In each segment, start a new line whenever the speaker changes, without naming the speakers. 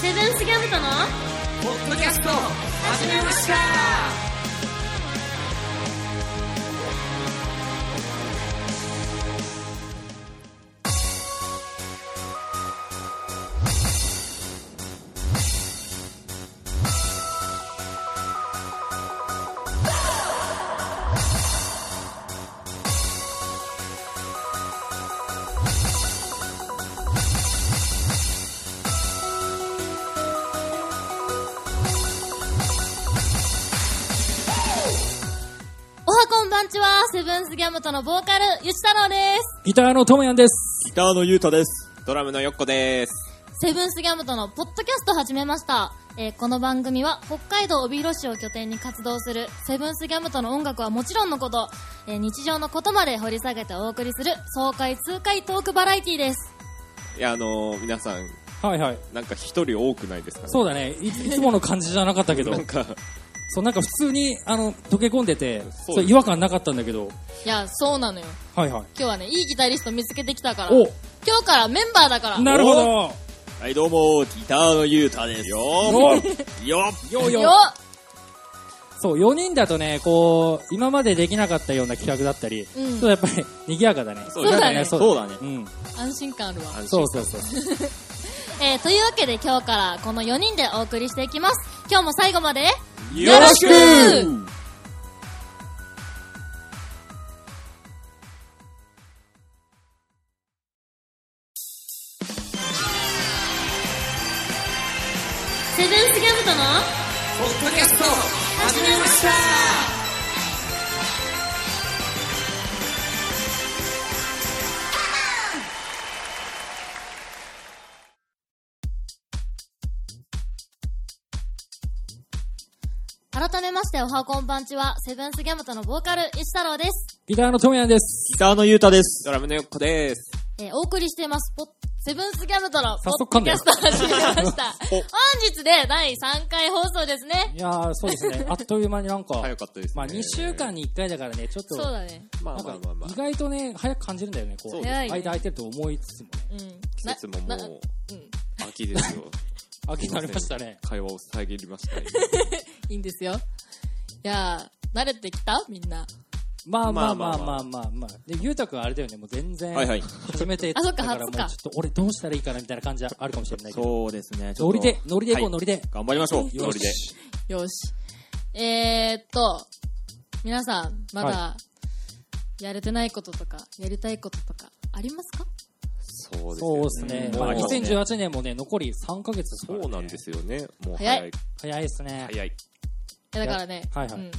水谷重太の
ポッドキャスト始めました
おはこんばんちはセブンスギャムトのボーカルゆち太郎です
ギターのともやんです。
ギターのゆうたです。
ドラムのよっこです
セブンスギャムトのポッドキャスト始めました、えーこの番組は北海道帯広市を拠点に活動するセブンスギャムトの音楽はもちろんのこと、えー日常のことまで掘り下げてお送りする爽快痛快トークバラエティーです
いや、あのー、皆さん、
はいはい。
なんか一人多くないですかね。
そうだね。いいつもの感じじゃなかったけど
な、んか、
そう、なんか普通に、あの、溶け込んでて、
そ
そ
う
れ違和感なかったんだけど、
いやそうなのよ
はいはい。
今日はねいいギタリスト見つけてきたから
お
今日からメンバーだから
なるほど
はい、どうも、ギターのゆうたです。よ
お
ーよ
よよそう、4人だとね、こう、今までできなかったような企画だったり、
うん
そうやっぱり、賑やかだね。
うだね
そう
そうだね。
うん。
安心感あるわ
そうそうそう。
えーというわけで今日からこの4人でお送りしていきます今日も最後まで
よろしく
セブンスギャムトの
ポッドキャスト始めました
改めましておはこんばんちはセブンスギャムトのボーカル石太郎です、
ギターのともやんです。
ギターのゆうたです。
ドラムのよっこです
えーお送りしていますポッセブンスギャムトのポ
早速
ッ
噛
ド
ん
キ
だ
ャ
よ
スト始めました
お
本日で第3回放送ですね
いやー、そうです ね。あっという間になんか、
早かったです、ね。
まあ2週間に1回だからね、ちょっと、
そうだね
まあ
なん
まあ
か
まあまあ
意。外とね、早く感じるんだよね、こ。
そううです
早いね
間空いてると思いつつもね。
うん
季節もも
なな
う、
うん
秋です よ。
秋になりましたね。
会話を遮りま したね。
いいんですよいやー慣れてきたみんな
まあまあま
ま
あ
あ
ま
ま
あ
あ
まあまあ。で、ゆうたくんはあれだよね、もう全然。
はいはい。
初めて
あそっか
だからもう
初
ち
か
ょっと俺どうしたらいいかなみたいな感じはあるかもしれないけど。
そうですね。
ノリで、ノリでいこう、
はい
ノリで。
頑張りましょう。ノリで。
し
よし。えー、っと、皆さん、まだ
は、
やれてないこととか、やりたいこととか、ありますか
そうですよ
そうですね。まあ、
もう秋ですね
2018年もね、残り3ヶ月ですからね
そうなんですよね。もう
早い
早い。
早いですね。
早い。
いやだからね、
はいはい
うん。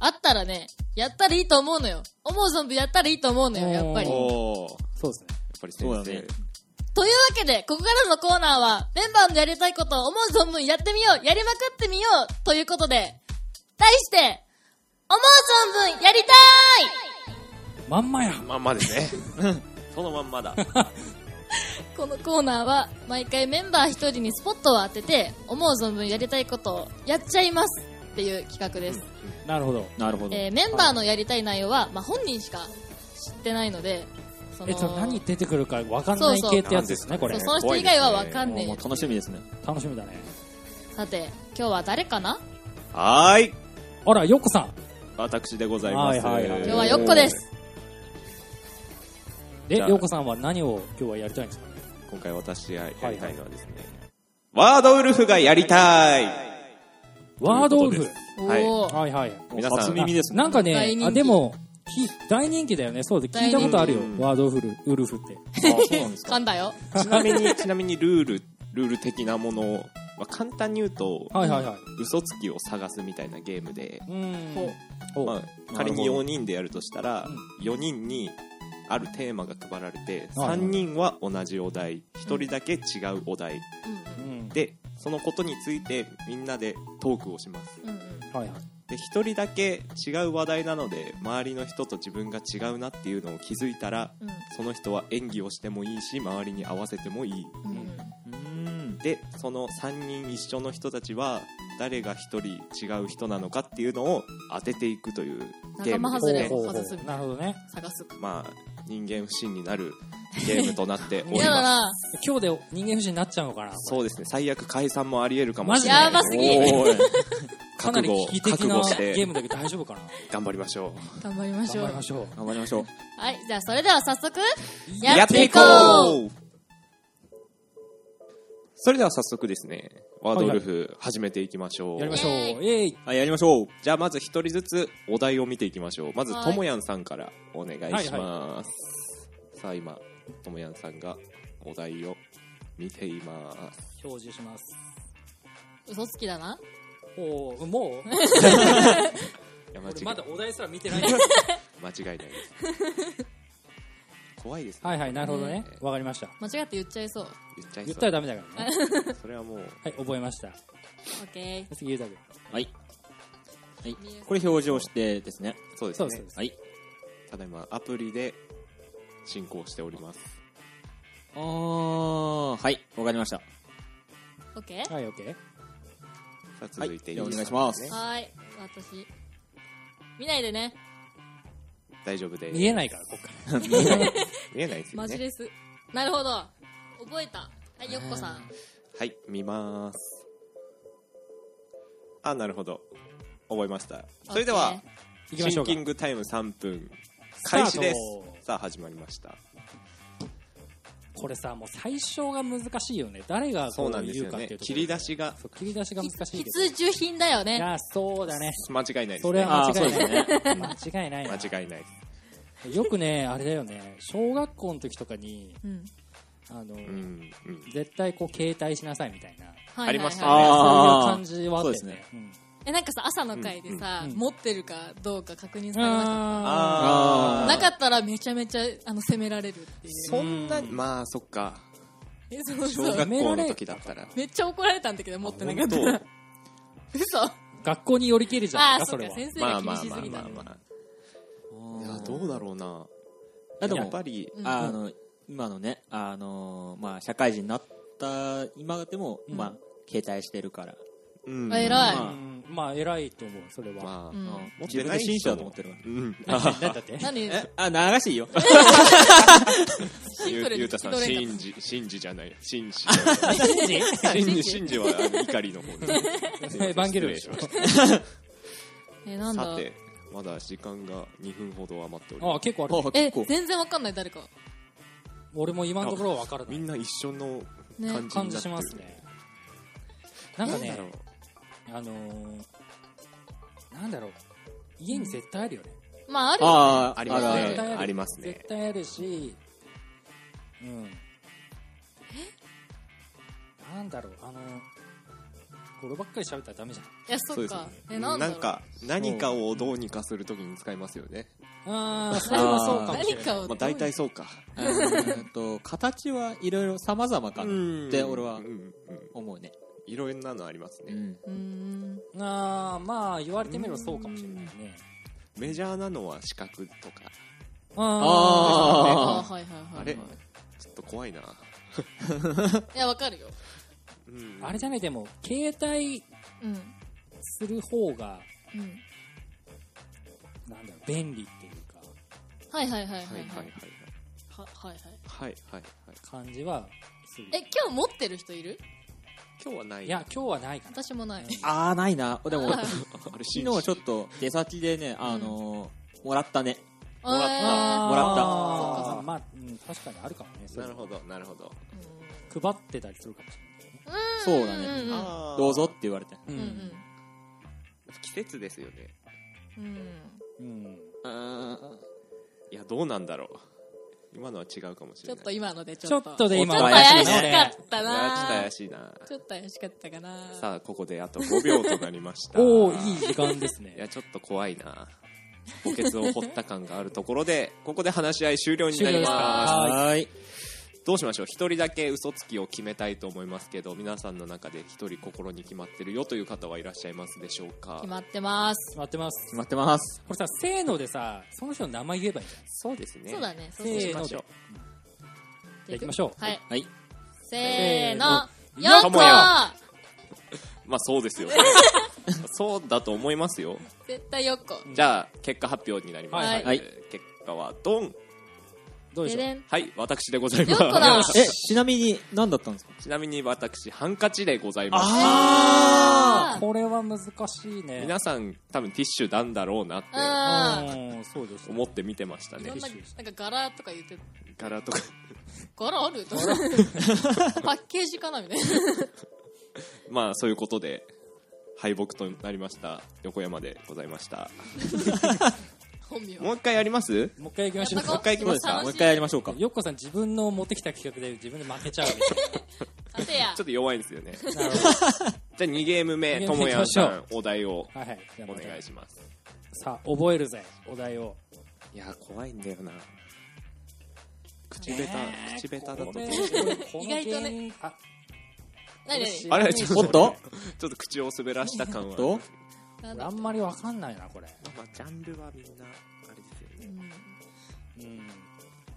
あったらね、やったらいいと思うのよ。思う存分やったらいいと思うのよ、
おー
やっぱり。というわ
おー。やっ
そうですね。
ぱり
そうだ
先
ね
生。
けで、ここからのコーナーは、メンバーのやりたいことを思う存分やってみよう、やりまくってみよう、ということで、題して、思う存分やりた
まんまや。
まんまですね。 そのまんまだ。
ーいこのコーナーは、毎回メンバー一人にスポットを当てて、思う存分やりたいことをやっちゃいますっていう企画です。
なるほど。
なるほ
えーメンバーのやりたい内容は、まあ、本人しか知ってないので、その
えっと、何出てくるかわかんない系ってやつですね、こ
そ
れ
う。その人以外はわかんねえよ、
楽しみですね。
楽しみだね。
さて、今日は誰かな
はーい。
あら、よっこさん。
私でございます。。
はいはいはい
今日はよっこですす。
で、
じゃあ
よっこさんは何を今日はやりたいんですか
今回私がやりたいのはですね、ワードウルフがやりたい
ワードウルフ。
お
はい
ー、
はいはい。
皆さん、
あなんか
大
ね
人、気
あ、でも、ひ大人気だよね。そうで、聞いたことあるよ
大人。気
ワードウルフウルフって。
そうなんで す
噛
か
んだよ。
ちなみに、ちなみにルール、ルール的なものを、まあ、簡単に言うと、
はいはいはい。
嘘つきを探すみたいなゲームで、
うん
ほう
ほう
まあ、仮に
なるほ
4人でやるとしたら
うん、
4人にあるテーマが配られて、
はいは
3
い
人は同じお題、1人だけ違うお題。
う
うん
で、そのことについてみんなでトークをします。
んうん。うん
はいはい。
で一人だけ違う話題なので周りの人と自分が違うなっていうのを気づいたら
うん
その人は演技をしてもいいし周りに合わせてもいい
うんうん
でその3人一緒の人たちは誰が一人違う人なのかっていうのを当てていくというゲーム
仲間外れ
ですね
ほうほうほう
外すみたい
なるほどね。
探すか。
まあ人間不信になるゲームとなっており
嫌だ
ます。
な。
今日で人間不信になっちゃうのかな
そうですね、最悪解散もあり得るかもしれない。
やばすぎ
おい
かな
覚
り
悟
危機的
覚
な
悟して
ゲームだけど大丈夫かな
頑張りましょ
頑張りまし
頑
ょ
張
う
り。ましょう。
う。頑張りましょう。
はい、じゃあそれでは早速、
や
や
っていこうそれでは早速ですね、ワードウルフ始めていきましょう。
やりましょう。
イェ
えい。
はい、やりましょう。じゃあまず一人ずつお題を見ていきましょう。まず
はい
ともやんさんからお願いし
はい
ます。さあ今、ともやんさんがお題を見ています。
表示します。
嘘つきだな。
おー、もう
いや間違
俺
い
まだお題すら見てない。
間違いないです。怖いですね。
はいはい、なるほどね。わかりました。
間違って言っちゃいそう。
言っちゃい
言っ
そ
たら
う。
ダメだからね。
それはもう、
はい、覚えました。
オッケ
次、ゆうたくん。
はい。はい
ー。
これ表示をしてですね。
そうで
そ
す
うです
ね
そうで。す。
はい。
ただいまアプリで進行しております。
あー、はい。わかりました。
ー。オッケー
はい、オッケー。
さあ続いて、
はいお願いします
ね
はーい、私。見ないでね。
大丈夫です。
見えないから、こっから。
見えないですよ
マジ
ね。
です。なるほど。覚えた。はい、よっこさん。
はい、見ます。あ、なるほど。覚えました。それで
オッ
は
ケ、
行きまし
シ
ょう
ン
か
キ。ングタイム3分、
スタート
開始です。さあ、始まりました。
これさ、もう最初が難しいよね。誰が
そ
こ
うな
うん
です
言う
よ
かってい
ね
うところ。。
切り出しが
そう。切り出しが難しい
ー
けど。
必需品だよ
い
ね。
や、そうだね。
間違いないです、ね。
それは間違いない。
あーそうで
間違いないな。
間違いないです。
よくね、あれだよね、小学校の時とかに、
うん。
あの、
うん、うん。
絶対こう携帯しなさいみたいな、
はいはいはい
ありました
あー
そういう感じはあったよね。うん
え、なんかさ、朝の会でさ、
うんうん
持ってるかどうか確認されました。
あ
あー
なかったらめちゃめちゃ、あの、責められるっていう。
そんな、まあ、そっか。
え、そう
小
そ
学
う。
校の時だったら。
めっちゃ怒られたんだけど、持ってなかっ
本
た
当
ら。嘘あ
ー学校に寄り切るじゃん
あー、
か、
そ
そ
っ
れ
か、
は。
先生
ま
が
あ
厳
まあ
し
ますあ
ぎ
ま
た
あ
んだ。
まあ。いや、
あ
どうだろうな。
で
やっ
も、
ぱり、
あの、今のね、あの、まあ、社会人になった今でも、
うん
まあ、携帯してるから。
うん。
あ偉い
うん
ま
まあ、偉いと思う、それは。
まあ、
うん
あの
持って
自分
な
で
い人も
紳士だと思ってるから。
うん。
なんだって
何
え、あ、流していいよ。
シンプルに
ゆうたさん、
聞き取れ
信
な
じ、信じじゃない。信じ。
信じ
信じ、信じはあの怒りの方です。
エヴァンゲリオンでしょ
失礼し
え、な
ま
ん
したさ
だ
て、まだ時間が2分ほど余っており
ああ、
ます。
結構あるね、
え、全然わかんない、誰か。
俺も今のところは分からな
み
い
んな一緒の
ね
感じになってる。
感じしますね。なんか
なんだ
ね
ろう。、
あのー、なんだろう、家に絶対あるよね。
まあ、ある
あー、
あ
あ
り
り
ま
ますす
ね
ね。
絶対る
ありますね
絶対あるし、うん。なんだろう、あの、こればっかり喋ったらダメじゃん。
いや、そっか。
そうです
え、
ね。
な
なん
だろ
ん
う。
か、何かをどうにかするときに使いますよね。
ああ、それはそうかもし
何
れない。
かを
まあ、大体そうか。
えーっと、形はいろいろ様々かなって、俺は
うんうんうん
思うね。
いろんなのあります
う
ね。
ん。
うーん
ああ、まあ、言われてみればそうかもしれないね。
メジャーなのは視覚とか。
あ
あは
あ
いはいはい
あれちょっと怖いな。
いやわかるよ
うん
あ、あれじゃない、でも、携帯
うん
する方が、
うん
なんだろう、便利っていうか、
はいはいはいはい
はいはいはい。
ははいはい
はいはいはい。
感じはする。
え今日持ってる人いる
今日はない。
いや、今日はないかな。
私もない
あー、ないな。でも、
あ
昨
あれ、信
日ち
じ
ょっと出先でね、あのー、もらったね。
もら
もらった
あ
そう
ー
かそうか
まあ、うん、確かにあるかもね。それ
なるほど、なるほど。
配ってたりするかもし
そうだね。
うん
あー
どうぞって言われて。
れ
うんう
ない。
ん
季節ですよね。
うんうん
うん。うん
うーん。
いや、どうなんだろう。今のは違うかもし
ちょ
れ
っ
ない。
と今のでち
ちょ
ょ
っ
っと
と
ち
で
ょっ
今
と
の
怪
ちょっと
しかった
うわちょっと
な
怪しいな。
ちょっと怪しかったかな
さあ、ここであと5秒となりました。
おおいい時間です
い
ね。
や、ちょっと怖いな。補欠を掘った感があるところで、ここで話し合い終了になり
終了
ま
です
す。
はい
い。どうしましょう一人だけ嘘つきを決めたいと思いますけど皆さんの中で一人心に決まってるよという方はいらっしゃいますでしょうか
決まってます
待ってます。
決まってます。
これさ、せーのでさ、その人の名前言えばいいじ
そうですね
そうだねそ
ゃん。
うそう
せ
し
ー
ま
の
し
で
ょう。
じゃあ行きましょう。
はい
はい。
せーの
せー
よ
の
っこ
ともやまあそう ですよねそうだと思いますよ
絶対よっこ
じゃあ結果発表になります、
はい
はい
結果はドン
どうでしょう
ででん
はい、私でございま
よっこ だ
す。
え、ちなみに何だったんですか
ちなみに私、ハンカチでございます。
あ
あ
これは難しいね。
皆さん、多分ティッシュなんだろうなって
あうん
うん、そうです。
思って見てまし
い
た
ろ
ね
ん。ななんか柄とか言って
柄とか。
柄あると パッケージかなみたいな
まあ、そういうことで、敗北となりました。横山でございました。
本名
もう一回やります
もう一回行きましょう
や
か
っ。たか
行きますか
もう一回やりましょうか。
よっこさん自分の持ってきた企画で自分で負けちゃうみ
勝てや
ちょっと弱いんですよね。
たいな。なるほ
じゃあ2ゲーム目、
二ゲ
と
ーム
も
目
やさ
行き
ん、お題を
ど。はいはい。じゃあ
お
また
願いします。
さあ、覚えるぜ、お題を。
いや、怖いんだよな。口下手、口下手だと
こ れこの
意外とね
芸人。あ
何
こ
あ
れ
れちょっと
おっと
ちょっと口を滑らした感は。
と
何
俺あんまりわかんないな、これ。
まあ、ジャンルはみんな、あれですよね。
うん。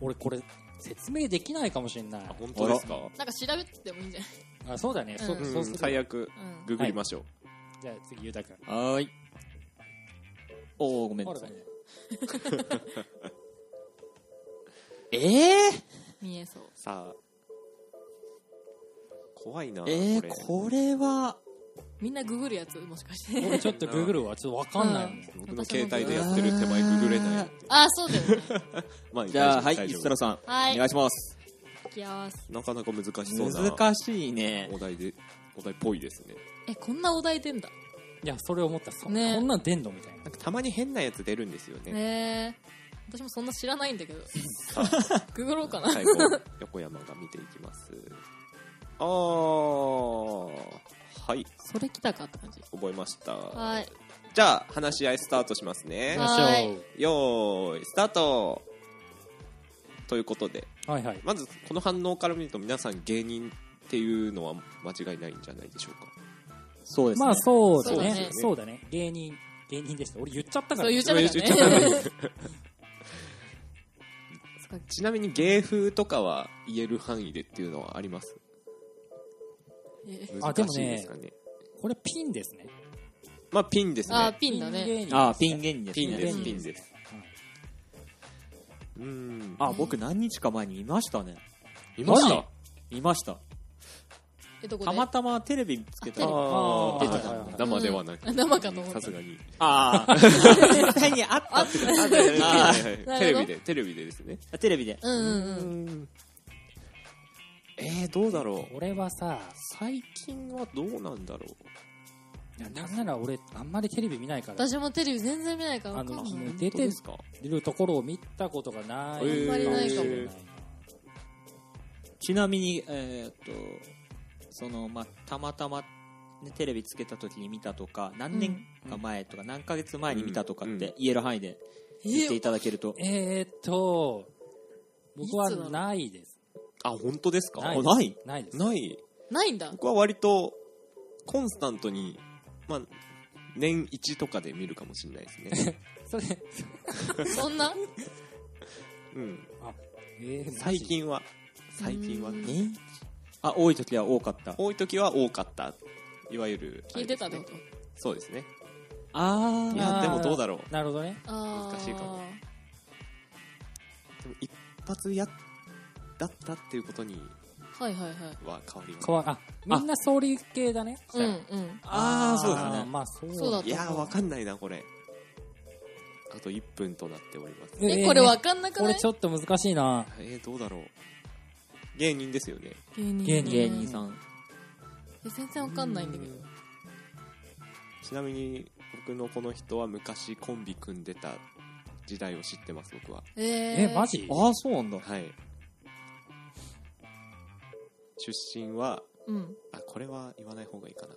俺これ、説明できないかもしれない
あ、。本当ですか
なんか調べてもいいんじゃない
あ、そうだね。そうう、
ん
そううす
ん
る。
最悪
うん、
ググりましょう。
じゃあ次、ゆうたくん。
はーい。おー、ごめん
あ
な
れ
さ
だ
い
ね。
えー
見えそう
さあ。怖いな
えー、これは、
みんなググるやつもしかして
俺ちょっとググるわ。ちょっとわかんないもん。
僕の携帯でやってる手前ググれないっていう。
あそうだよね
まあ、
じゃあ、は
大
い、
丈夫
石太郎さん、
はい
お願いします。
いきます
なかなか難しそうな。
難しいね。
お題で、お題っぽいですね。
えこんなお題出んだ
いや、それ思った。そこん
ね
なん出んのみたいな。
なんかたまに変なやつ出るんですよね。
ねえ私もそんな知らないんだけどググろうかな
最後、横山が見ていきます。あー、はい、
それ来たかって感じ
覚えました。
はい
じゃあ、話し合いスタートしますね。
は
よ
よーい、スタートということで、
いしょうはいはい。
まずこの反応から見ると皆さん芸人っていうのは間違いないんじゃないでしょうか。
そうですね。
まあそうだ
そうだ
ね
ね。
そうだね。芸人、芸人でした。俺言っちゃったか
そ
ら。
う言っちゃった
言っちゃ
から
ダ
ね
メちなみに芸風とかは言える範囲でっていうのはあります
え
あ
難
でもね
しいですかね。
これピンですね。
まあピンで す
あ
ね。
ピンだね
芸人
あー、ピン芸人ですね。
ピンで
う
す、
ん
ピンです。うーん。
あ、僕何日か前にいましたね。
いまし
マ
た
いました。
えどこで
たまたまテレビつけた
あテレビ
ら。
あ
あ
ー
ー
出て
はいはいは
た
い
生ではなく
うん生かと思った
さすがに
あ あ。実際にあったってこと
は
あ
い はい
な
テ
る
レ
ほど
ビでテレビでですね
ーテレビで。
うんうんうん
えー、どうだろう
これはさ、
最近はどうなんだろう
いやなんなら俺、あんまりテレビ見ないから、
私もテレビ全然見ないから
あ
分かん
の、
ない
出
どう
て
ですか
るところを見たことがない。
へー
あんまりないかも
しれな
ちなみに、えーっと、その、まあ、たまたま、ね、テレビつけた時に見たとか、何年か前とか、何ヶ月前に見たとかっ
うん
て言える範囲で言っていただけると。
えーっと、僕はい
つだろう
ないです。
あ本当ですか
な
あ
い
ない
ないです。
ない
ないんだ
僕は割とコンスタントにまあ年1とかで見るかもしれないです ね、
それ、
そんな
うん、
えー
最。近は最近は
うん
えあ、多い時は多かった。
多い時は多かったいわゆる
聞いてたって
ね
こと
そうですね
あ
い
あ。
やでもどうだろう
マジなるほどね。
あー
難しいかもでも一発やだったっていうことに
はいはいはい
は変わります
かわあ、みんな総理系だね。
うんうん
ああ、そうです
あー
ね。
まあそう
そうだ
いやーわかんないなこれあと1分となっております
え
え
ー
これ分かんなく
こ
な
れ
い
ちょっと難しいな。
えー、どうだろう芸人ですよね
芸人
芸人
芸人さん。
え全然分かんないんだけど
ちなみに僕のこの人は昔コンビ組んでた時代を知ってます僕は
え
え
ー
マジ
ああ、そうなんだ。
はい出身は
うん
あこれは言わない方がいいかな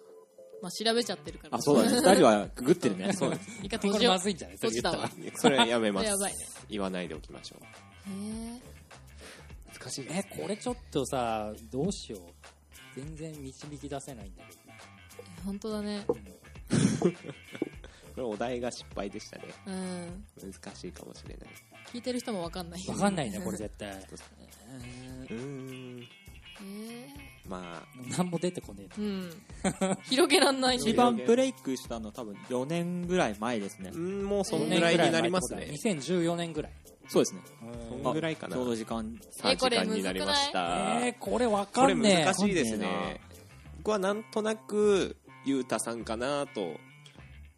まあ調べちゃってるから
あ、そ うだね。二人はググってるね。そうです。
一回
こ
閉じ
れ
よ
ま
う
ずいんじゃない
閉じたわ
それ
それはやめます
やばいね
言わないでおきましょう
へー
難しい
言ったらえこれちょっとさどうしよう全然導き出せないんだけ
本当だね
ど、
これお題が失敗でしたね
うん
難しいかもしれない
聞いてる人も分かんない
分かんないねこれ絶対
うーん
え
まあ
何も出てこね
ーうん 広げらんないね
一番ブレイクしたの多分4年ぐらい前ですね
う。ーんもうそんぐらいになりますね
2014年ぐらい
そうですね
そんぐらいかな
ちょうど時間
3時間になりました
えー、これわ
こ
か
れ
んねえ。
難しいです
わか
ね
んね
僕はなんとなくゆうたさんかなと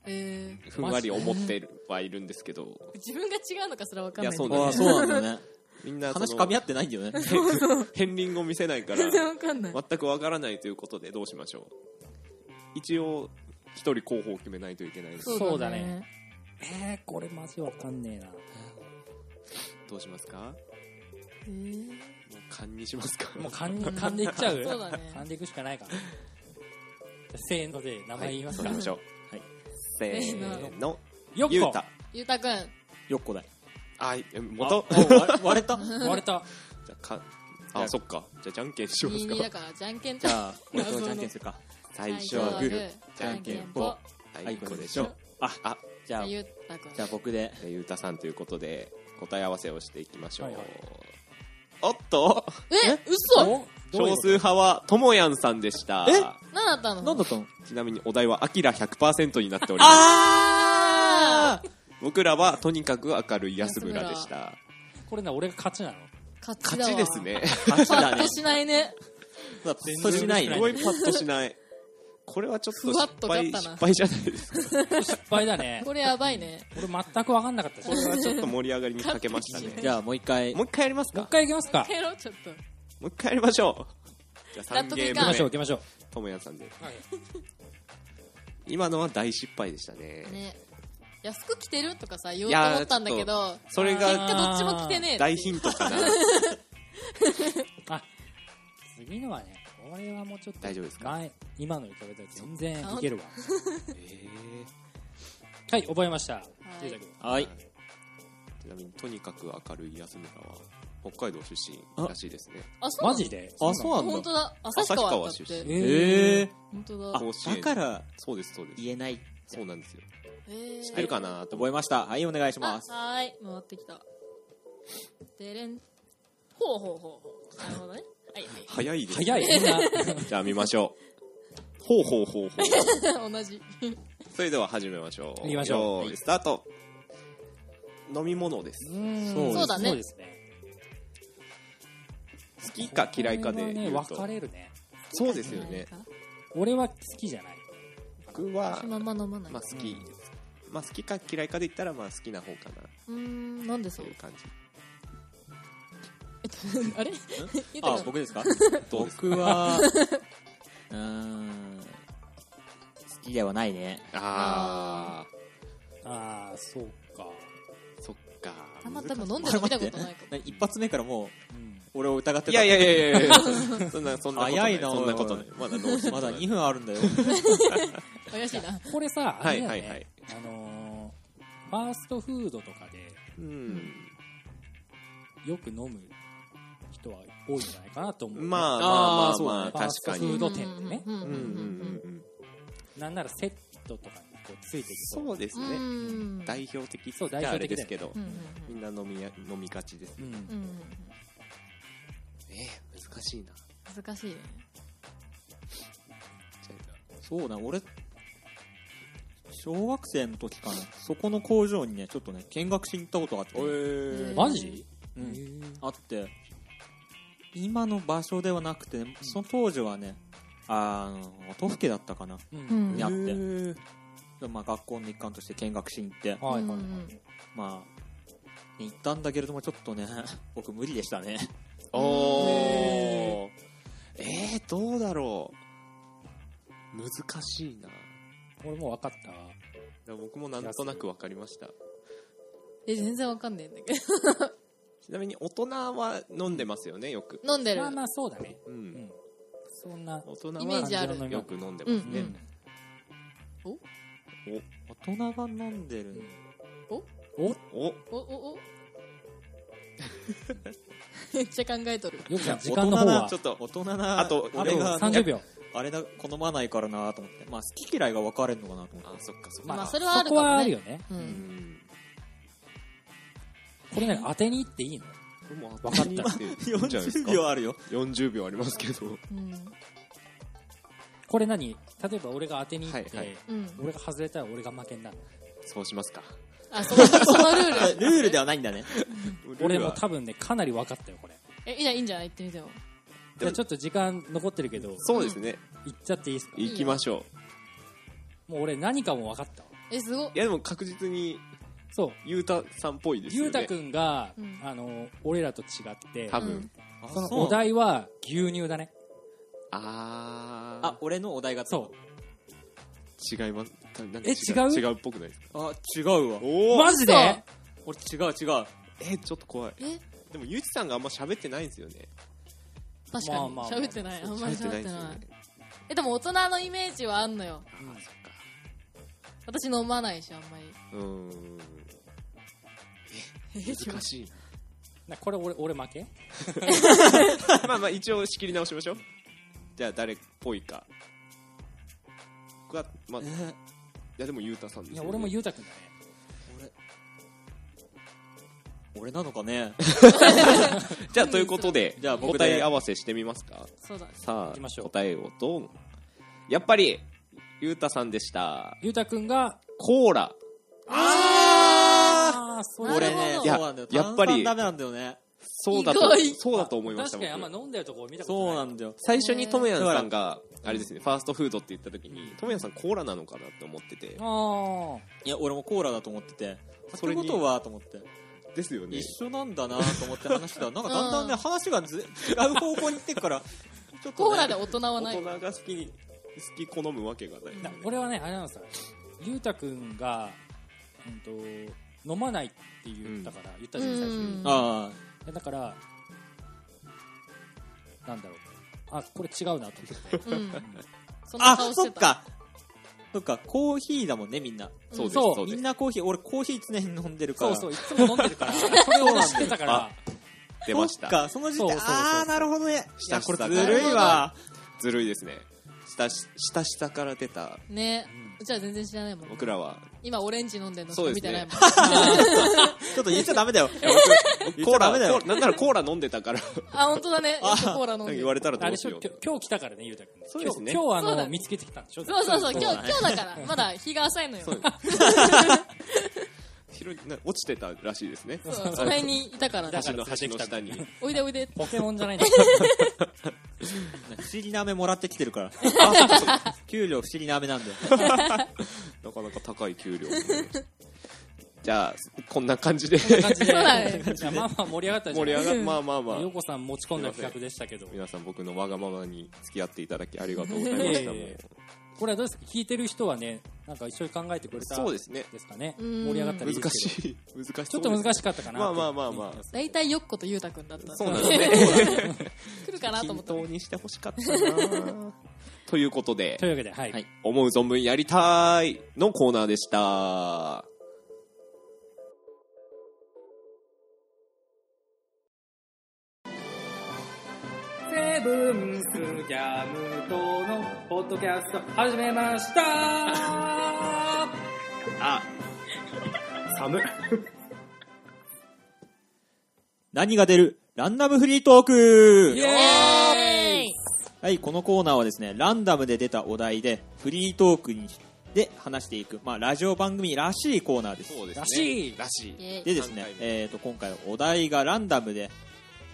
えー
ふんわり思ってはいるんですけど
自分が違うのかすらわかん
い
な
や
い
そう
あ
だ
あ
ね
そうなんだ ね
みんなその
話噛み合ってないんだよね
片鱗を見せないから
全然わかんない
全くわからないということでどうしましょう一応一人候補を決めないといけないです
そうだねえー、これマジわかんねえな。
どうしますかも
えー
う勘にしますか
もう噛ん噛んでいっちゃう
そうだね
噛んでいくしかないか。じゃあせーので名前言いますか。
はいそうしましょう、
はい
せーの
よっ
ゆう
こ
た
ゆうたくん
よっこだい
あい 元
あ割割 れた
割れた。
じゃあかあそっかじゃあじゃんけんします
22だ
か
からじゃんけん
じゃあ俺とじゃんけんするか
最初はグー
じゃんけんぽ
は
はいい
これでしょああ
じゃあ
ゆうたくん
じゃあ僕で
でゆうたさんということで答え合わせをしていきましょう、
はいはい
おっと
え嘘
おどういうこ
少数
と
派はともやんさんでした
何だったの
何だったの
ちなみにお題は「あきら100%」になっております
あ
僕らはとにかく明るい安村でした
これな、俺が勝ちなの
勝ちだ
勝
わ
ちで すね
あ
パッとしないね
パッとしない
す
ね
ごいパッとしないこれはちょっと
ふわっ
失
と勝っ
敗
たな
失敗じゃないですか
失敗だ ね。
これやばいね
俺全くわかんなかったし。
こ
もう
れはちょっと盛り上がりに欠けました
勝っ
ね
じゃあもう一回
もう一回やります
一
か
回いきますか。
やろうちょっと
もう一回やりましょうじゃあ
納
3
得
ゲ
い
行
か
き
ん
ま
ー
しょう、行
ム
きましょう。
目ともやんさんで
はい
今のは大失敗でしたね
ねいや服着てるとかさ言おうと思ったんだけ
い
ど
それ
結
が
果どっちも着てねえってい
大
う
ヒント かな
あ、次のはね、これはもうちょっと。
大丈夫ですか
前、今のに比べたら全然いけるわ。はい、覚えました。ゆうたくん
はい
ちなみにとにかく明るい安村は北海道出身らしいですね
あそうな
マ
の
ジで
あそうなん
本
だ
当だ旭川だっ
旭川
て
出身
えー。
本当
あ
だ
甲子園
だから
そうですそうです
言えない
そうなんですよ
えー
知ってるかなと思
覚えましたはいお願いし
あ
ます
はーい回ってきたでれんほうほうほうほうなるほどねはいはい
早いですね
早い。 そん な
じゃあ見ましょうほうほうほう ほ う
同じ。
それでは始めましょう
行きましょう
よーいスタート飲み物です
そう
そうだね
そうですね。
好きか嫌いかで
これはね、
言う
分
と
かれるね。
そうですよね
俺は好きじゃない。
僕は
そのまま飲まない。
まあ好きですまあ好きか嫌いかで言ったらまあ好きな方かな
うーん、なんでそ
と
う
いう。感じ
あれゆうた
あ
くん
僕ですか
どうです
僕はうーん好きではないね
あ
あ
ああ、そうか。
ーそっか
たまたま飲んでるの見たことないかも。
何一発目からもう
うん。
俺を疑ってた
いやいやいやいやそんなそんなことない
早いな
そんなことない
おい
まだどうし
まだ2分あるんだよ
怪しいな。
これさ、あれだよね。
はいはいはい
あのー、ファーストフードとかで
うん
よく飲む人は多いんじゃないかなと思う。
まあま
あ
あ
ー
まあまあ
そうだね
確
フ
かに
ード店でね
うんうん
うんう
う
ん
ん
うんうん
なんならセットとかにこうついてきそう。
そうです
うん。
ね
うん
代表的
そう
じゃああれ
代表的だよね
ですけど
うん
みんな飲みや飲みがちです
う。
うんうんんうん
えー難しいな
難しいね。
そうな俺小学生の時かなそこの工場にねちょっとね見学しに行ったことがあって、
ー
マジ
うん
へー
あって今の場所ではなくてね、その当時はねあの都府県だったかな
う。
うんん。
にあっ
へ
て、
ー
まあ、学校の一環として見学しに行って
はいはいは
う
い
ん。
まあ、行ったんだけれども、ちょっとね、 僕無理でしたね。
おーえーどうだろう難しいな
俺もう分かったわ。
でも僕もなんとなく分かりました
え、全然わかんないんだけ
ちなみに大人は飲んでますよねよく
ど。 飲んでる
まあ。まあそうだね。
う
うんん。そんな。
大人
イメー
は
ジある
感じの飲み物
よく飲んでますね、
大人が飲んでるん
お
お
お、お、お。 めっちゃ考えとる。
よくさ時間の方は
ちょ。っと
大人な、
あと
あ
あと
れが、
30秒。
あれだ、好まないからなと思って。まあ、好き嫌いが分かれるのかなと思
あ
って。
そっかそっか、
まあ、そ
そ
れはある
こ
か
は
も
ある
ね
よ。ね。
う。
うんん
これね、当てに行っていいの
これもう
わかった
当てにって言うんじゃないです
40
か
秒あるよ。
40秒ありますけど
うん。
これ何例えば俺が当てに行っ
はいは
て
い、
うん。
俺が外れたら俺が負けになる。
そうしますか
あ、そ の、そのルール。
ルールではないんだね。
俺も多分ね、かなり分かったよ、これ。
え、いいじゃん、いいんじゃない行ってみてよ。
じゃあちょっと時間残ってるけど、
そうですね
行っちゃっていいっすか
行きましょ
もう俺何かも分かったわ。
え、すごっ
うい。やでも確実に
そう。
ゆうたさんっぽいですよ
ゆ
ね
うたくんが、
うん
あの、俺らと違って、
多分、
うん
そのお題は牛乳だね。
あー
あ、俺のお題が
そ
違いますたなんか
え違う
違うっぽくないですか
う。あ、違うわ。
お
う。マジで
俺違う違う。
えちょっと怖い
え、
でもゆうちさんがあんま喋ってないんですよね
確かに。
まあまあ
喋ってない。あんまり
喋ってな
喋
い
って
んですよ
ない
ね。
え、でも大人のイメージはあんのよ。
あーそっか
私飲まないし、あんまり。
うーん難しい
なこれ俺、俺負け
まあまあ一応仕切り直しましょうじゃあ誰っぽいか僕はまあいやでもゆうたさんで
いや、
すよね
俺もゆうたくんだね。
俺なのかね。
じゃあということで
じゃあ僕で
答え合わせしてみますか
そうだ。
さ
行きまし
あ
ょう
答えをどうもやっぱりゆうたさんでした
ゆうたくんが、
コーラ
あー、そう
なる
俺
ほど
ね、
い
そ
や
うなんだよ。
やっぱり
炭酸ダメなんだよね。
そうだと
意外
そうだと思いました
確かにあんま
僕
飲んでるとこ見たことない。
そうなんだよ。
最初にともやんさんがあれですねファーストフードって言った時にともやんさんコーラなのかなって思ってて
あ
いや、俺もコーラだと思ってて。っ
そ
て
れに
ことはと思って。
ですよね
一緒なんだなと思って話したら、なんかだ んだんね、
うん
話がず違う方向に行ってくから、ちょっとね
コーラで大人はな
大
い
人。が好きに好き好むわけがないよ
ー
ね
な俺はね、あれなんですよ。ゆうたくんが、うんと、飲まないって言ったから、言ったじゃん、最初
うん
に。
あ
いやだからなんだろうあこれ違うなと思って
うん。そんな
あ。
顔
あ、
し
そ
て。
ったか。そっか、コーヒーだもんね、みんな。
そうです
そう
そう
み
で
ん
す
なコーヒー、俺コーヒー常に飲んでるか
そ
ら。
うそういつも飲んでるからそれを俺知ってたから
出まし
そっ
た
か、その時点、
そうそうそうそう
あー、なるほどね。いや、これ
下
ずるいわ。
ずるいですね下し下下から出た
ね。うちは全然知らないもん。
僕らは
今オレンジ飲んでんのし
そう
か見
です
てない
ね
もん。
ちょっと言っちゃダメだよ。 言っ
コ
ち
ー
ゃダ
ラ
メだよ。
なんならコーラ飲んでたから
あ、本当だね。よくコーラ飲ん
なんか
で
言
る
わ。れたらど
あれ
う
で
し
しょ
よう
今日今日来たからねゆうたくんね
そうですね
今日
そ
今
う
日あ
だ
の見つけてきたんでしょ
そうそうそう、
そ
今日、
うだね
今日だから。まだ日が浅いのよ。
そう拾いな落ちてたらしいですね
そう、その辺にいたから。
だ
橋
から
の橋の下に
おいでおいで。
ポケモンじゃないんだ
不思議な飴もらってきてるから。給料不思議な飴なんだよ。
なかなか高い給料じゃあこんな感じで
感じ
そ
で
うだ ね
じゃあまあまあ盛り上がったじゃん
盛り上がるまあまあまあ
よこさん持ち込んだ企画でしたけど
皆さん僕のわがままに付き合っていただきありがとうございま
い
し
え
た
いえこれはどうですか聞いてる人はねなんか一緒に考えてくれた
そうですね
ですかね
うん
盛り上がったり
難
い
しい難しい
ちょっと難しかったかな
まあまあまあまあ
大体よっことゆうたくんだった。
そうなん
来
ですね
るかなと思っ
均
た。
等にしてほしかったなということで
というわけではい、
はい
思う存分やりたいのコーナーでした
セブンスギャム島のポッドキャスト始めました
あ寒
何が出るランダムフリートーク
イ
え
エーイ
はい、このコーナーはですね、ランダムで出たお題で、フリートークにで話していく、まあ、ラジオ番組らしいコーナーです。
そうですね
らしい
らしい
イ
でですね
三回、目
えー、と今回のお題がランダムで、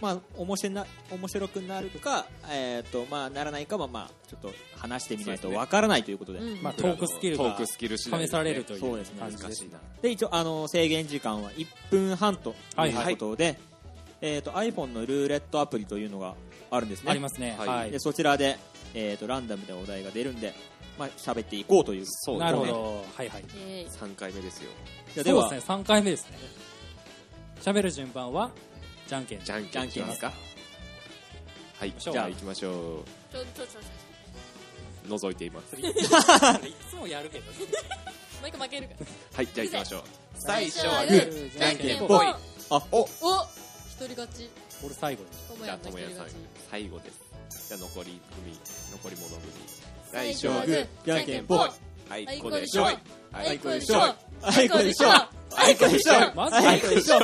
まあ、面白な面白くなるか、えーとまあ、ならないかは、まあ、ちょっと話してみない
そう
と
ですね
わからないということで。
うん
まあトークスキル
トー
が
クスキル次第
試されるとい
そう
う
ですね
感じ
難
で
し
す
いな
で一応あの制限時間は1分半と
はい
いうことで、えー、と iPhone のルーレットアプリというのがあるんですね
ありますね
はい
は
で
い
そちらで、えー、とランダムでお題が出るんで、まあ喋っていこうという
そう
なるほ
こ
どはいはい
えー
3回目ですよ
じゃあで
そう
は
ですね3回目ですね喋る順番はじゃんけん
じゃんけんいきますかはい
しょう
じゃあ行きましょ
ちょ、ちょ、ちょ、ちょ。
う覗いています
いつもやるけど
もう一個負けるから。
はいじゃあ行きましょう
最初は
最
グ
初は
じゃんけんぽ
ぽ
い
い。
あお
お一人勝ち。
俺最後に
とも
じゃ
や
あ
んの
と
一
もや
人
んさん
勝ち。
最後ですじゃあ残り組残り物組
最
来
初
週
はグーじゃんけんぽい
あい
あい
こ
こ
で
で
し
し
ょ
ょ
い
あいこでし
ょ
ょ
あいこでしょ
あ
あいこでしょ
マジ
あいこでしょ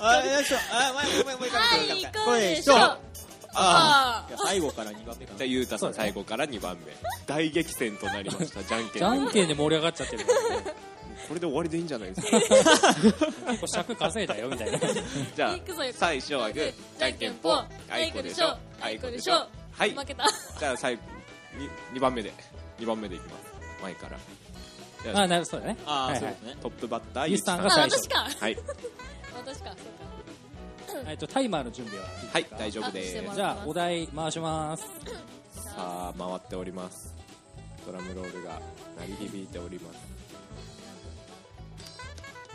あよいしょあ前ごめんごめん
あ
ごめんごめん
い
ご
こ
めん
でしょああ
いや最後から2番
じ
目か
ゃあ
な
ゆうたさん最後から2番目大激戦となりましたじゃんけん
じゃんけんで盛り上がっちゃってるからね
これで終わりでいいんじゃないですか
結構尺稼いだよみたい な
じゃあ
行くぞよ
最初はグーじゃんけんぽんあ
あ
い
い
こ
こ
で
で
し
し
ょ
ょ
あ
あい
いこ
こ
で
で
し
し
ょ
ょ
はい
負けた
じゃあ最後に2番目で2番目でいきます前から
あなるそうだね
あ
は
あ
い
そう
は
で
い
すね
トップバッター
ゆうさんが
あ
最初
私か
はい
私かそうか
えっとタイマーの準備はですか
はい大丈夫
あして
で
も
す
ら
じゃあお題回します
さあ回っておりますドラムロールが鳴り響いております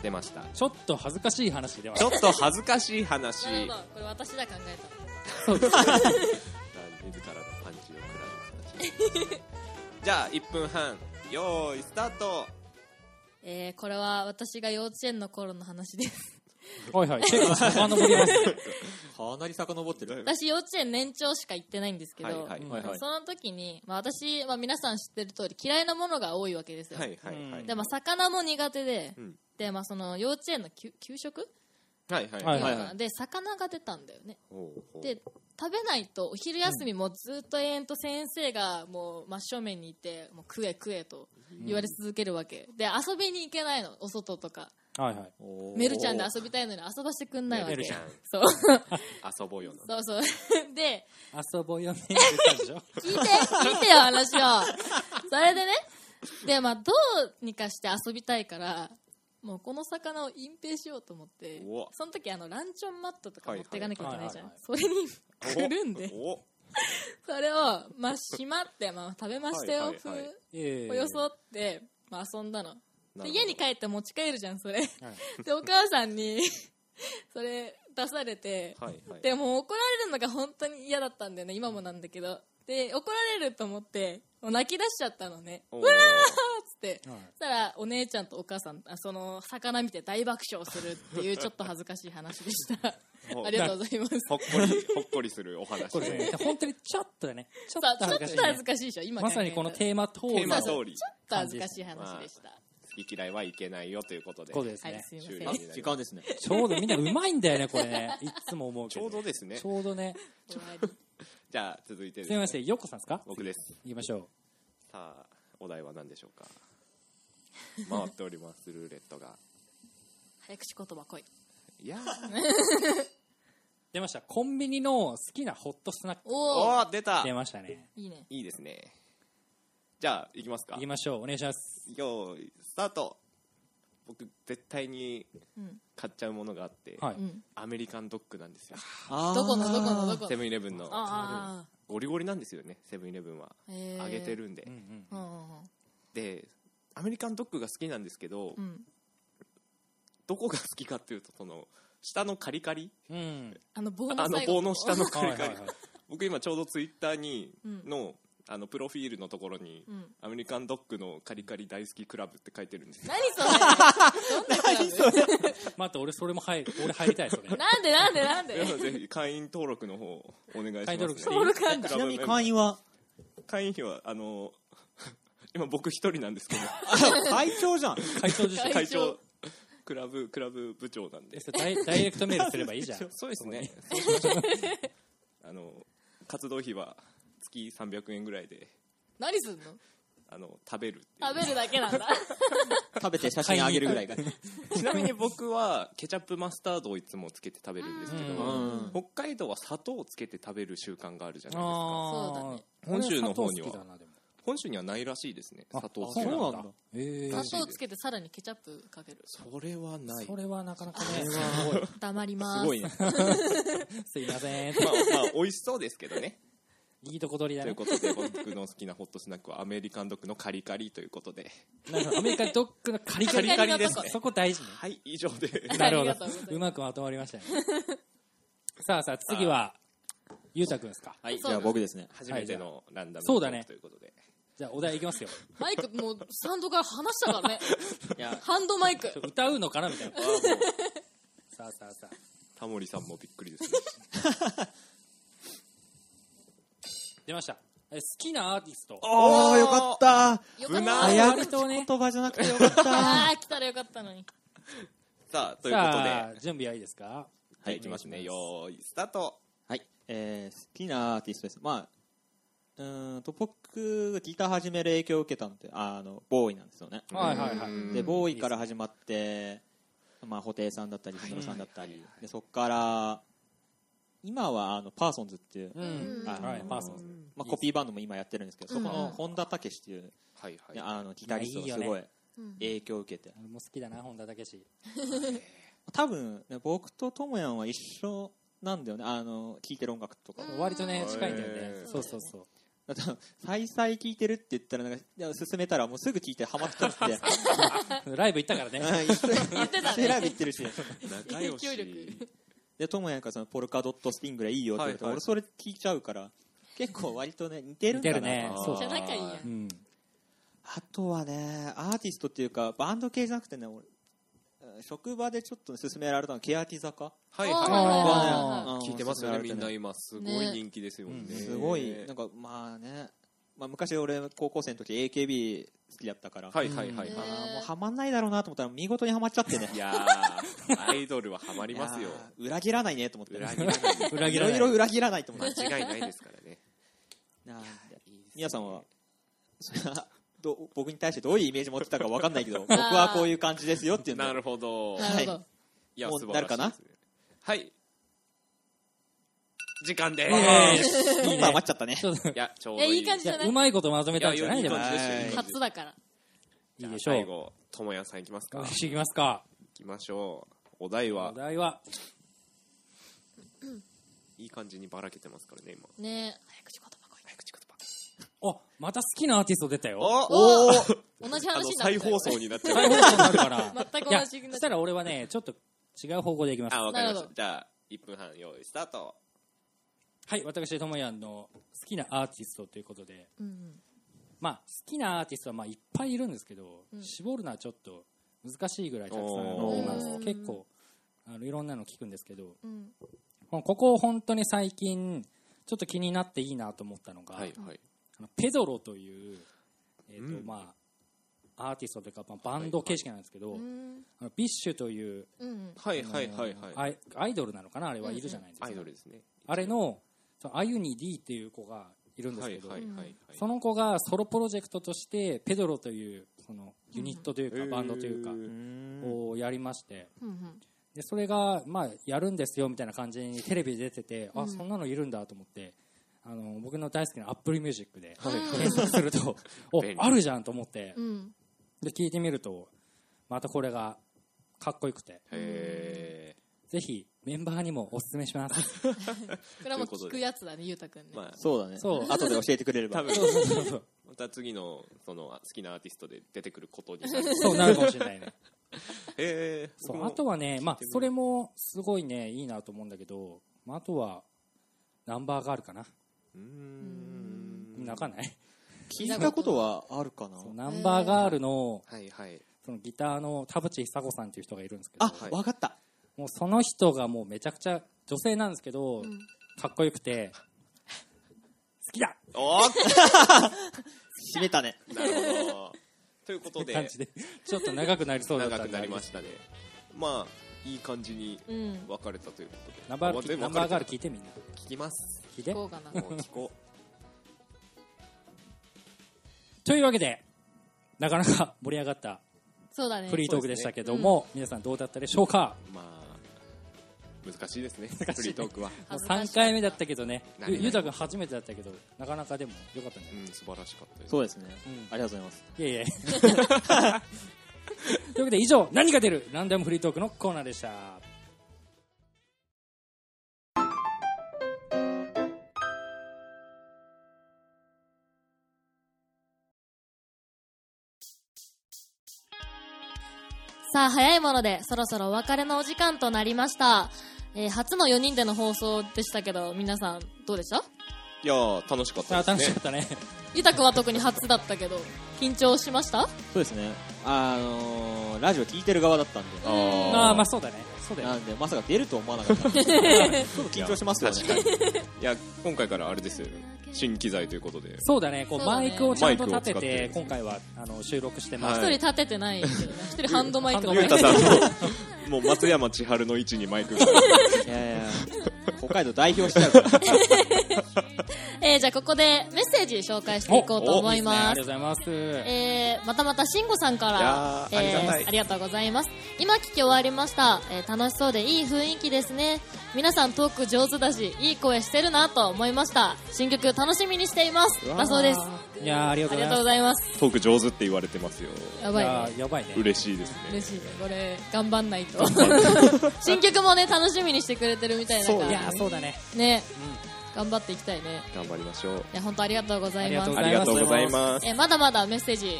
出ました
ちょっと恥ずかしい話が出まし
ちょ
た
っと恥ずかしい話
な
自
るほ
ら
どこれ私だ考え
のパンチを食らう形じゃあ1分半よーいスタート
たえーこれは私が幼稚園の頃の話です
はいはい結構遡ります
かなり遡ってる
私幼稚園年長しか行ってないんですけど
はいはい
はいはい
その時に、まあ、私、まあ、皆さん知ってる通り嫌いなものが多いわけですよ、
はいはいはい
でまあ魚も苦手で、
うん
でまあその幼稚園の給給食
はいはい
はい
はいは
で魚が出たんだよね
ほうほう
で食べないとお昼休みもずっと永遠と先生がもう真正面にいてもう食え食えと言われ続けるわけ、で遊びに行けないのお外とか
はいはい
おー
メルちゃんで遊びたいのに遊ばせてくんないわけ
メルちゃん
そうそ
遊ぼ うよな
うそうで
遊ぼうよねって言ったでしょ
聞いて聞いてよ話をそれでねでまあどうにかして遊びたいからもうこの魚を隠蔽しようと思って
うわ
その時あのランチョンマットとか
はい
持っていかなきゃいけないじゃん
はい
それにくるんで
お
それをまあしまってまあ食べましたよ
はいはいはい
ふ
ええ
うをよそってまあ遊んだの
なるほど
で家に帰って持ち帰るじゃんそれ でお母さんにそれ出されて
はいはい
でもう怒られるのが本当に嫌だったんだよね今もなんだけどで怒られると思ってもう泣き出しちゃったのね
おー
っつって、
はい
そしたらお姉ちゃんとお母さんあその魚見て大爆笑するって いうちょっと恥ずかしい話でした
お
ありがとうございます
ほっこりほっこりするお話
これね本当にちょっとだねちょっ
さ
と
あちょ
恥
っ
ずかしい
と
ね
恥ずかしいでしょ今
まさにこのテーマ通り
テーマ
の
通
こ
り
ちょっと恥ずかしい話でした、
好き嫌いはいけないよということで
とです
はい
ね
すいま
終
せん
了
あ時間ですね
ちょうどみんなうまいんだよねこれねいっつも思う
ち
け
ょ
ど
うどですね
ちょうどね
終わり
じゃあ続いてですす
み
ね
ませんよっこさんですか
僕です
行きましょ
さあお題は何でしょうか回っておりますルーレットが
早口言葉来い
いやー
う出ましたコンビニの好きなホットスナック
おお
おー出た
出ましたね
いいね
いいですねじゃあ行きますか
行きましょうお願いします
よーいスタート僕絶対に
うん
買っちゃうものがあって、
はい
うん
アメリカンドッグなんですよ
あー
どこのどこのどこ
セ
の
ブンイレブンの
あ
ゴリゴリなんですよねセブンイレブンは
あへー
揚げてるんで、
うんうん
うんうん
でアメリカンドッグが好きなんですけど、
うんうん
どこが好きかっていうとその下のカリカリ
うん
あの棒の
あの
最後
棒の下のカ
はい
リ
はい
カ
は
リ
い
僕今ちょうどツイッターに
うん
の,、あのプロフィールのところに、
うん
アメリカンドッグのカリカリ大好きクラブって書いてるんです よ
何それどんなクラブ
待って俺それも入る俺入りた いそれ
なんでなんでなんで
な ので会員登録の方お願いします、
会
ね、
員登録していい
登録あんだ
クラブ
ちな
メ
み
ン
に
バー
会員は
会員費はあの 今僕一人なんですけど
会長じゃん
会長自身
会
会
長
長
クラブクラブ部長なんで
えそれダイダイレクトメールすればいいじゃん
そうですね あの活動費は月300円ぐらいで
何すんの
あの食べるっていう
食べるだけ なんだ
食べて写真あげるぐらいが
ちなみに僕はケチャップマスタードをいつもつけて食べるんですけど、
うん
北海道は砂糖をつけて食べる習慣があるじゃ
あ
ないですか
そうだ
あ
ね
本州の方には
俺砂糖好きだなでも
本州にはないらしいですね砂糖
あ
つけ
そ
る
う
そう
の
なんだ
なんだえ
砂
確か
糖つけてさらにケチャップかける
それはない
それはなかなかね
黙ります
すごいね、 まあ、
すいません
まあ美味しそうですけど ね
いいとこ取りだ
という
ね
ことで僕の好きなホットスナックはアメリカンドッグのカリカリということで
なるほどアメリカドッグのカリカリ
カリカリのとこ
そこ大事ね
はい以上で
はい
なるほ
ありがとうございます
どうまくまとまりましたねさあさあ次はゆうたくんですか
はい
じゃあ僕ですね
初めてのランダム
そうだね
トークということで
じゃあお題いきますよ
マイクもうスタンドから離したからね
いや
ハンドマイク
ちょ歌うのかなみたいなさあさあさあ
タモリさんもびっくりですね
出ましたえ好きなアーティスト
おーよかった
よかった
無難
あ
早
割
口
とね
言葉じゃなくてよかった は
あー来たらよかったのに
さあということで
さあ準備はいいですか
はい、いきますね。よーい、スタート。
い、えー、好きなアーティストですまあうーんと僕がギター始める影響を受けたのってああのボーイなんですよね、
はいはいは
うん
い
でボーイから始まって、まあ、布袋さんだったり小室さんだったり、でそこから今はあのパーソンズっていう、
うん
あの
はいパーソンズ
まあ、コピーバンドも今やってるんですけど、
うん
そこの本田武史っていう、
はいはい
ねあのギタリストが
い
す
やいいよ
ごい
うん
影響を受けて、
俺も好きだな本田武史
多分、ね、僕とともやんは一緒なんだよねあの聴いてる音楽とかも、
割とね近いんだよ
へ
ね
ー
そうそうそう
だって再々聴いてるって言ったらなんかいや勧めたらもうすぐ聴いてハマったっつって
ライブ行ったからね
言ってたねライブ行ってるし
仲 良し
影響力
でともやんからそのポルカドットスティングレイいいよって言われて、
はいはい
俺それ聴いちゃうから結構割とね似てるんだな
似てるねそう
じゃあ仲いいやん
うん
あとはねアーティストっていうかバンド系じゃなくてね俺うん職場でちょっとね勧められたの欅坂
はい
あー
は
あ
ー
い聞いてますよねみんな今すごい
ね
人気ですよね
すごいなんかまあね、まあ、昔俺高校生の時 AKB 好きだったから、
はいはいはい
うん
ま
は
あ、もうハマんないだろうなと思ったら見事にハマっちゃってね
いいやーアイドルはハマりますよ
いやー裏切らないねと思ってね
裏切らない
裏
い
切ら
ろ
ない
いろ裏切らない と思って
間違いないですからね
なんで皆さんは それはどう僕に対してどういうイメージ持ってたか分かんないけど僕はこういう感じですよっていう の
なるほど
なるほど。
いや
もう
素晴らしいですね
なるか
はい時間で
え
す
どんどん余っちゃったね
ちょっと
いやちょうど
え、
いい
いい感じ
じ
じ
ゃ
ゃな
あう
い
まいことまとめたんじゃない
い
で
や
も
いい感じですよ
はい
初だから。
いいでしょ
最
う
後ともやさんいきますか
私行きますか
いきましょうお題は
お題はい
い感じにばらけてますからね今
ねえ。早口言葉来い。
早口言葉
あまた好きなアーティスト出たよ
おお
同じ
あの
話にな
再放送になってる
再放送になるから
全く
いや
同
そ
じになっ
し
ちゃ
た
う
ら俺はねちょっと違う方向でいきます
あわかりま
な
し
るほ
たじゃあ1分半用意スタート
はい私ともやんの好きなアーティストということで
うん
まあ好きなアーティストはまあいっぱいいるんですけど、
うん
絞るのはちょっと難しいぐらいたくさん
お
ー
います
うん
結構あのいろんなの聞くんですけど
うん。
ここ本当に最近ちょっと気になっていいなと思ったのが、
はいはい
あのペドロという、えーと
うん
まあ、アーティストというか、まあ、バンド形式なんですけど、
うん。
あのビッシュという、
うん。
はいはいはい
あの
はい
アイアイドルなのかなあれは
うん
いるじゃないですか、
アイドルですね
あれのそのアユニ D っていう子がいるんです
はい
けど、
はいはいはい
その子がソロプロジェクトとしてペドロというそのユニットというか、
うん
バンドというか
へ、
をやりまして
うん。
でそれが、まあ、やるんですよみたいな感じにテレビで出てて、
う
あ
ん
そんなのいるんだと思ってあの僕の大好きなアップルミュージックで検索すると、お
便利
あるじゃんと思って
うん。
で聞いてみるとまたこれがかっこよくて
へ
ぜひメンバーにもおすすめします
これはもう聞くやつだね、ゆうたくんね
え。まあ
そうだね
そう
後で教えてくれれば
多分
そうそうそうそう
また次のその好きなアーティストで出てくることに なる
そうなるかもしれないね
へえ
そうあとはね、まあ、それもすごいねいいなと思うんだけど、まあ、あとはナンバーガールかな、
うーん
わかんない
聞いたことはあるかな
そうナンバーガールの
はいはい
そのギターの田淵久子さんっていう人がいるんですけど
あ分かった
もうその人がもうめちゃくちゃ女性なんですけど、
ん
かっこよくて好きだ
おー
締めたね
なるほど。というこ
っ
と
て感
で
じ、でちょっと長くなりそうだった
長く
んで
なりましたね。まあ、いい感じに
うん。
分かれたということで。
ナンバー
ま
ガ
あ
ール
で
ナ
も
ンバ
分か
ーガー
れ
ル
た
聞いてみんな
聞きます。
聞いて
こうかな。
もう聞こう。
というわけでなかなか盛り上がった
そうだね。
フリートークでしたけども、皆さんどうだったでしょうか
まあ、難しいですね、フリートークは。
もう3回目だったけどね
な
ゆ
にな
ゆ
に
うたくん初めてだったけどなかなかでもよかったんじゃ
う
ない
ん、素晴らしかったです。
そうですね、
うん
ありがとうございます
いやい やというわけで以上何が出るランダムフリートークのコーナーでした
さあ、早いもので、そろそろお別れのお時間となりました。えー初の4人での放送でしたけど、皆さん、どうでした
いやー、楽しかっ
さあ
た
楽
で
し
す
か
ね
っ。たね
ゆうたくんは特に初だったけど、緊張しました
そうですねあのーラジオ聞いてる側だったんで
ああーまあ
あ
そうだねそうだよ
な
ね
んでまさか出ると思わなかった んでちょっと緊張しますよね
確かに。いや、今回からあれですよ。新機材ということで。
そうだねこう
そうだ
マ
ね
イクをちゃんと立て
マイクを使って
て
る
今回はあの収録してま
一
す
人立ててないけどね。一人ハンドマイク
ハンド
の
マ
ゆ
イ
う
ク
たさんのもう松山千春の位置にマイクが
いやいや北海道代表しちゃうから
えーじゃあここでメッセージ紹介していこうと思い
あ
ま
り
す
がとうございます。
えーまたまた慎吾さんから
いやーありがたい
ありがとうございます今聞き終わりました、えー楽しそうでいい雰囲気ですね皆さんトーク上手だしいい声してるなと思いました新曲楽しみにしていますだそうです
いやーありが
あ
とう
り
ご
がとう
ざ
ご
いま
ざいます
トーク上手って言われてますよ
や
す。
ばいね
いやーやばいね。
嬉しいですね
嬉しいねこれ頑張んないと新曲もね楽しみにしてくれてるみたいだか
いやー
ら
そうだね。
ね頑張っていきたいね
頑張りましょう
いや本当ありがとうございます
ありがとうございます
えーまだまだメッセージ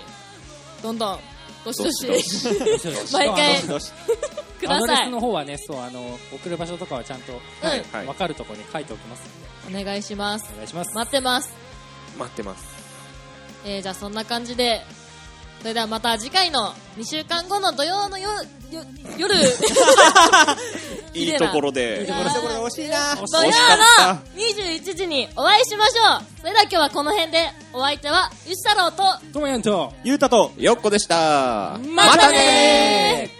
どんどんどしどし
どし
毎回
どしど し
く
ア
だ
ドレ
さ
ス
い
の方はね、そうあの送る場所とかはちゃんと
はい
はい
わかるところに書いておきますんで、
お願いします
お願いします。
待ってます、
待ってます
えーじゃあそんな感じでそれではまた次回の2週間後の土曜の夜よ夜綺
い
麗
い
な
ところで
いところ
惜しいな
土曜の21時にお会いしましょうそれでは今日はこの辺でお相手はゆし太郎と
ともやんと。
ゆうたと
よっこでした
またねー